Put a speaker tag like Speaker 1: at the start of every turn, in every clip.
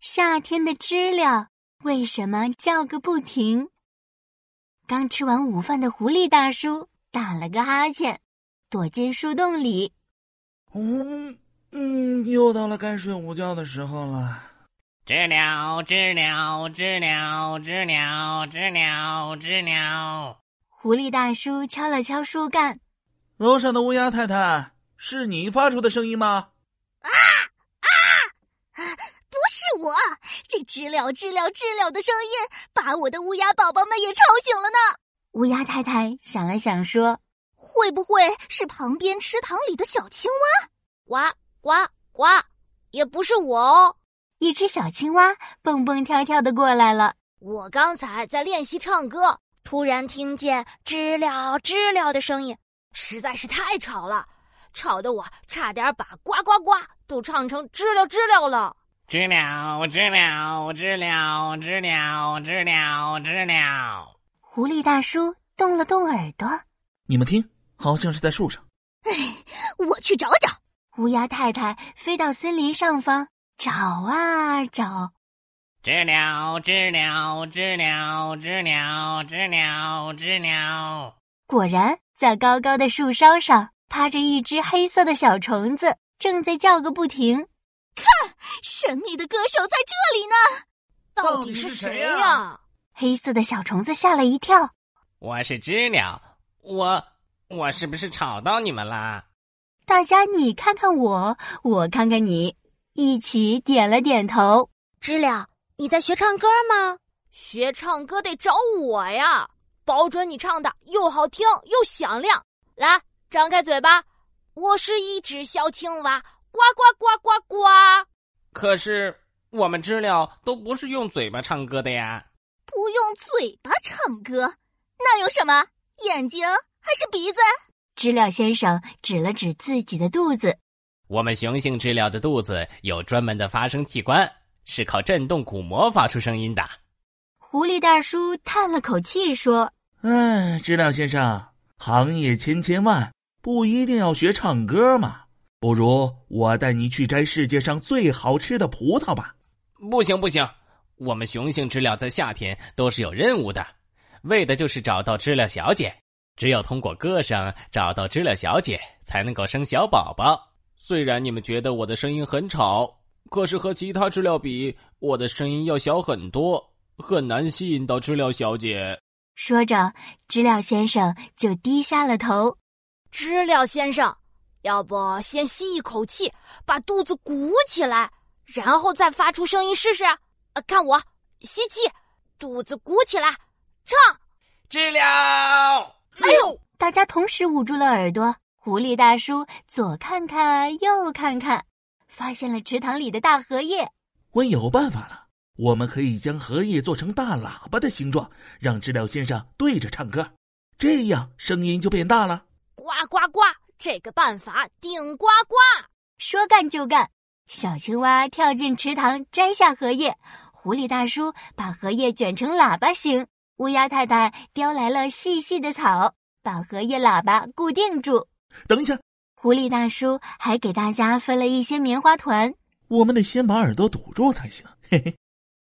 Speaker 1: 夏天的知了为什么叫个不停？刚吃完午饭的狐狸大叔打了个哈欠，躲进树洞里。
Speaker 2: 嗯嗯，又到了该睡午觉的时候了。
Speaker 3: 知了，知了，知了，知了，知了，知了。
Speaker 1: 狐狸大叔敲了敲树干。
Speaker 2: 楼上的乌鸦太太，是你发出的声音吗？
Speaker 4: 啊啊！不是我，这知了知了知了的声音，把我的乌鸦宝宝们也吵醒了呢。
Speaker 1: 乌鸦太太想了想说：“
Speaker 4: 会不会是旁边池塘里的小青
Speaker 5: 蛙？”呱呱呱！也不是我哦。
Speaker 1: 一只小青蛙蹦蹦跳跳的过来了。
Speaker 5: 我刚才在练习唱歌，突然听见知了知了的声音，实在是太吵了，吵得我差点把呱呱呱都唱成知了知了了。
Speaker 3: 知了知了知了知了知了知了。
Speaker 1: 狐狸大叔动了动耳朵，
Speaker 2: 你们听，好像是在树上。
Speaker 4: 哎，我去找找。
Speaker 1: 乌鸦太太飞到森林上方。找啊找，
Speaker 3: 知了知了知了知了知了知了。
Speaker 1: 果然，在高高的树梢上趴着一只黑色的小虫子，正在叫个不停。
Speaker 4: 看，神秘的歌手在这里呢！
Speaker 5: 到底是谁呀、啊？
Speaker 1: 黑色的小虫子吓了一跳。
Speaker 3: 我是知了，我我是不是吵到你们啦？
Speaker 1: 大家你看看我，我看看你。一起点了点头。
Speaker 5: 知了，你在学唱歌吗？
Speaker 4: 学唱歌得找我呀，
Speaker 5: 保准你唱的又好听又响亮。来，张开嘴巴，我是一只小青蛙，呱呱呱呱呱。
Speaker 3: 可是我们知了都不是用嘴巴唱歌的呀。
Speaker 4: 不用嘴巴唱歌，那用什么？眼睛还是鼻子？
Speaker 1: 知了先生指了指自己的肚子。
Speaker 3: 我们雄性知了的肚子有专门的发声器官，是靠振动鼓膜发出声音的。
Speaker 1: 狐狸大叔叹了口气说：“
Speaker 2: 哎，知了先生，行业千千万，不一定要学唱歌嘛。不如我带你去摘世界上最好吃的葡萄吧。”
Speaker 3: 不行不行，我们雄性知了在夏天都是有任务的，为的就是找到知了小姐。只有通过歌声找到知了小姐，才能够生小宝宝。虽然你们觉得我的声音很吵，可是和其他知了比，我的声音要小很多，很难吸引到知了小姐。
Speaker 1: 说着，知了先生就低下了头。
Speaker 5: 知了先生，要不先吸一口气，把肚子鼓起来，然后再发出声音试试？呃、看我，吸气，肚子鼓起来，唱。
Speaker 3: 知了，哎
Speaker 5: 呦！
Speaker 1: 大家同时捂住了耳朵。狐狸大叔左看看右看看，发现了池塘里的大荷叶。
Speaker 2: 我有办法了，我们可以将荷叶做成大喇叭的形状，让知了先生对着唱歌，这样声音就变大了。
Speaker 5: 呱呱呱！这个办法顶呱呱！
Speaker 1: 说干就干，小青蛙跳进池塘摘下荷叶，狐狸大叔把荷叶卷成喇叭形，乌鸦太太叼来了细细的草，把荷叶喇叭固定住。
Speaker 2: 等一下，
Speaker 1: 狐狸大叔还给大家分了一些棉花团。
Speaker 2: 我们得先把耳朵堵住才行。嘿嘿，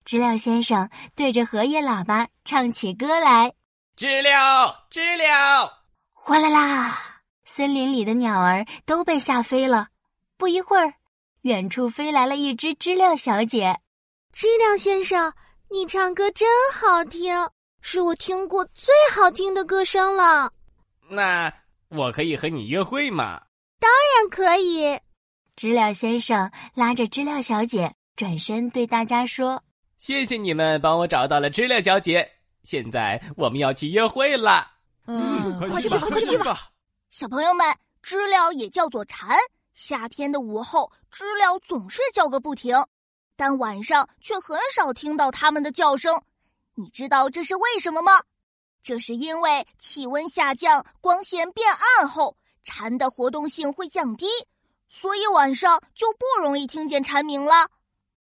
Speaker 1: 知了先生对着荷叶喇叭唱起歌来：“
Speaker 3: 知了，知了！”
Speaker 1: 哗啦啦，森林里的鸟儿都被吓飞了。不一会儿，远处飞来了一只知了小姐。
Speaker 5: 知了先生，你唱歌真好听，是我听过最好听的歌声了。
Speaker 3: 那。我可以和你约会吗？
Speaker 5: 当然可以。
Speaker 1: 知了先生拉着知了小姐转身对大家说：“
Speaker 3: 谢谢你们帮我找到了知了小姐，现在我们要去约会了。”
Speaker 2: 嗯，快
Speaker 4: 去吧，快去吧！小朋友们，知了也叫做蝉。夏天的午后，知了总是叫个不停，但晚上却很少听到它们的叫声。你知道这是为什么吗？这是因为气温下降、光线变暗后，蝉的活动性会降低，所以晚上就不容易听见蝉鸣了。